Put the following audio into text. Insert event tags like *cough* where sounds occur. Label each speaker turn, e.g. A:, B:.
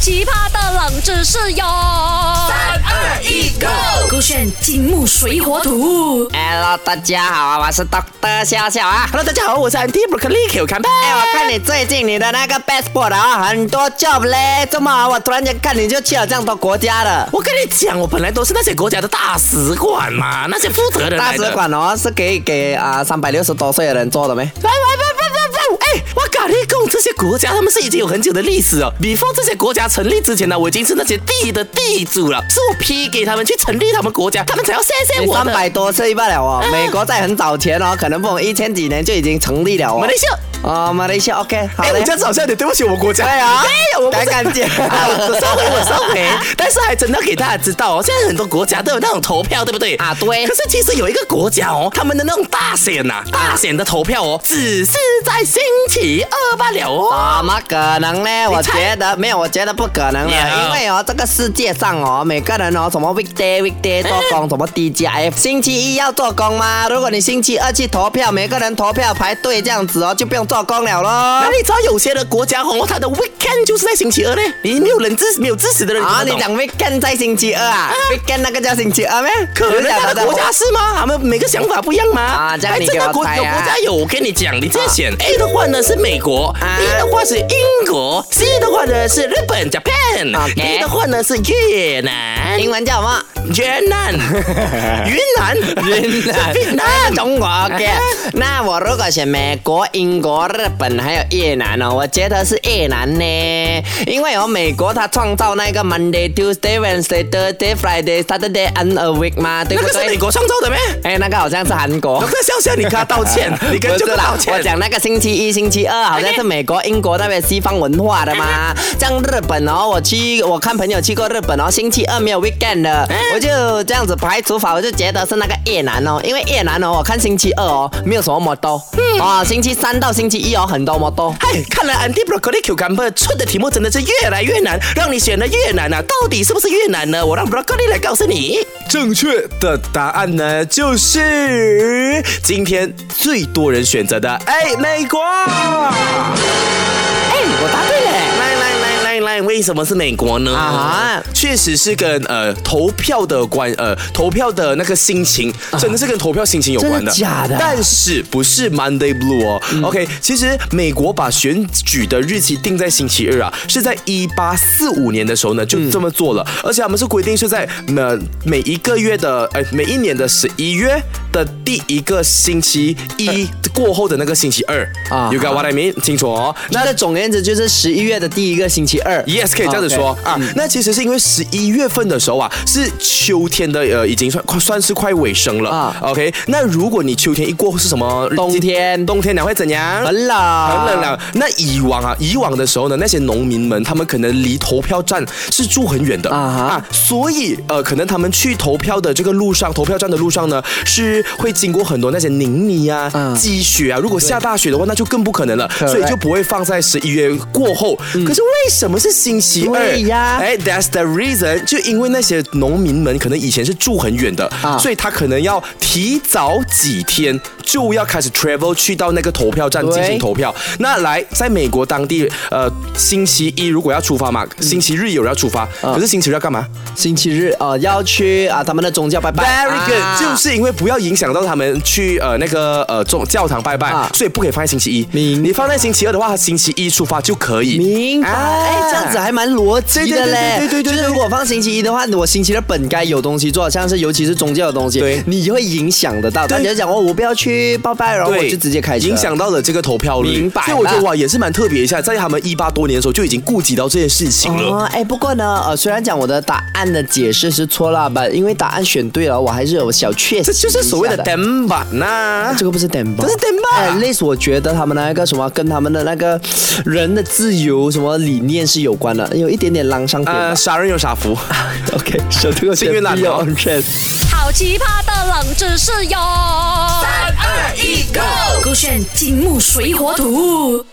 A: 奇葩的冷知识哟！三
B: 二一，Go！
A: 勾选金木水火土。
C: Hello，大家好啊，我是 Doctor 笑笑啊。
B: Hello，大家好，我是 MT Broccoli Q 看吧。
C: 哎，我看你最近你的那个 passport 啊，很多 job 嘞，这么啊我突然间看你就去了这样多国家了。
B: 我跟你讲，我本来都是那些国家的大使馆嘛，那些负责人
C: 大
B: 来的
C: 使馆哦，是给给啊三百六十多岁的人做的没？
B: 来来来来来来，哎，我咖喱贡这些国家，他们是已经有很久的历史哦。before 这些国家成立之前呢，我已经是那些地的地主了，是我批给他们去成立他们国家，他们才要谢谢哎我
C: 三
B: 的。啊
C: 百多岁罢了哦，美国在很早前哦，可能不懂一千几年就已经成立了哦
B: 马。来西亚，
C: 哦，马来西亚 OK，好
B: 哎，
C: 嘞
B: 我。这样子好像有点对不起我国家。
C: 对啊
B: 哎，我不是
C: 敢敢
B: *laughs*
C: 讲
B: 啊我收回，我收回。但是还真的要给大家知道哦，现在很多国家都有那种投票，对不对？
C: 啊对
B: 可是其实有一个国家哦，他们的那种大选呐、大选的投票哦，只是在星期二罢了哦。
C: 怎么啊可能呢？我觉得没有，我觉得不可能的，
B: 有
C: 因为哦，这个世界上哦，每个人哦，什么 weekday weekday 做工，什么
B: *laughs*
C: DJF，星期一要做工吗？如果你星期二去投票，每个人投票排队这样子哦，就不用做工了咯
B: 那。你知道有些的国家哦，它的 weekend 就是在星期二呢？你没有人知没有知识的人
C: 啊，
B: 怎
C: 你
B: 么
C: 讲
B: 懂
C: weekend 在星期二啊？weekend 那个叫星期二咩？
B: 可能
C: 你讲
B: 那
C: 得
B: 个国家是吗？他们每个想法不一样吗？
C: 啊这样
B: 哎
C: 你
B: 真
C: 给
B: 的
C: 我
B: 国
C: 猜
B: 有
C: 啊
B: 国家有，我跟你讲，你直接选 A 的话呢是美国
C: 啊
B: ，B 的话是英国，C 的话呢是日本
C: OK
B: Japan，D 的话呢是越南
C: 英文叫什么？
B: 越
C: *laughs*
B: 南云南云 *laughs*
C: 那
B: 越
C: *laughs*
B: 南
C: 中国 OK
B: 啊。
C: 那我如果选美国、英国、日本还有越南哦，我觉得是越南呢，因为哦，美国它创造那个 Monday、Tuesday、Wednesday、Thursday、Friday、Saturday and a week 嘛，对
B: 那
C: 不
B: 个是美
C: 对？
B: 国创造
C: *laughs*
B: 的咩？
C: 哎，那个好像是韩国
B: 我。在笑笑，你跟他道
C: *laughs*
B: 歉，你跟这
C: 不
B: 个
C: 是啦
B: 道歉。
C: 我讲那个星期一、星期二，好像是美国、英国那边西方文化的嘛。像日本哦，我去，我看朋友去过日本哦，星期二没有 weekend 的，我就这样子排除法，我就觉得是那个越南哦，因为越南哦，我看星期二哦没有什么摩托，啊，星期三到星期一哦很多摩托。
B: 嗨，看来 Andy Broccoli Cucumber 出的题目真的是越来越难，让你选了越南啊，到底是不是越南呢？我让 Broccoli 来告诉你。正确的答案呢，就是今天最多人选择的，哎，美国。
C: 哎，我答对了。
B: 来来来来来，为什么是美国呢？
C: 啊
B: 啊，确实是跟呃投票的关呃投票的那个心情，真的是跟投票心情有关
C: 真
B: 的。
C: 的假的
B: 但是不是 Monday Blue 哦、o k 其实美国把选举的日期定在星期二啊，是在一八四五年的时候呢就这么做了，而且他们是规定是在呃每一个月的呃每一年的十一月的第一个星期一过后的那个星期二
C: 啊
B: 啊，You got what I mean？清楚哦。
C: 那个总而言之就是十一月的第一个星期二。
B: Yes，可以这样子
C: OK 嗯
B: 说啊。那其实是因为十一月份的时候啊，是秋天的，呃，已经算快算是快尾声了。
C: 啊
B: 啊、OK，那如果你秋天一过后是什么日？
C: 冬天啊
B: 冬天你会怎样？
C: 很冷，
B: 很冷了。那以往啊，以往的时候呢，那些农民们他们可能离投票站是住很远的
C: 啊哈
B: 啊，所以呃，可能他们去投票的这个路上，投票站的路上呢，是会经过很多那些泥泥啊、
C: 嗯
B: 积雪啊。如果下大雪的话，那就更不可能了，所以就不会放在十一月过后。可是为什么是星期二？
C: 嗯对呀
B: 哎，That's the reason，就因为那些农民们可能以前是住很远的，
C: 啊
B: 所以他可能要提早几天就要开始 travel 去到那个投票站
C: 对
B: 进行投票。那来，在美国当地，呃，星期一如果要出发嘛，
C: 嗯
B: 星期日有人要出发，
C: 啊
B: 可是星期日要干嘛
C: 星期日哦、呃要去啊他们的宗教拜拜。
B: ？Very good，、
C: 啊
B: 就是因为不要影响到他们去呃那个呃宗教堂拜拜，
C: 啊
B: 所以不可以放在星期一。
C: 明白
B: 你放在星期二的话，星期一出发就可以。
C: 明白，哎、这样子还蛮逻辑的嘞。
B: 对对对对对对对
C: 就是如果放星期一的话，我星期二本该有东西做，像是尤其是宗教的东西，
B: 对
C: 你会影响得到。
B: 对
C: 大家讲哦，我不要去拜拜，然后我
B: 对，
C: 就直接开车。
B: 影响到了这个投票率。
C: 明白啦
B: 所以我觉得哇，也是蛮特别一下，在他们一八多年的时候就已经顾及到这件事情了。
C: 哦，哎，不过呢，呃，虽然讲我的答案的解释是错了吧，因为答案选对了，我还是有小确
B: 这
C: 幸一下。哎
B: 就是所谓的等版呐。
C: 这个不是 demo，
B: 这是 demo
C: 哎类似我觉得他们那个什么，跟他们的那个人的自由什么理念是有关的，有一点点浪上边吧
B: 呃，。傻人有傻福。
C: *laughs* OK，手推我
B: 幸运
C: 男
B: 懒
C: 友
B: 哦
C: Onren。
A: 好奇葩的冷知识哟！三
B: 二一 go
A: 勾选金木水火土。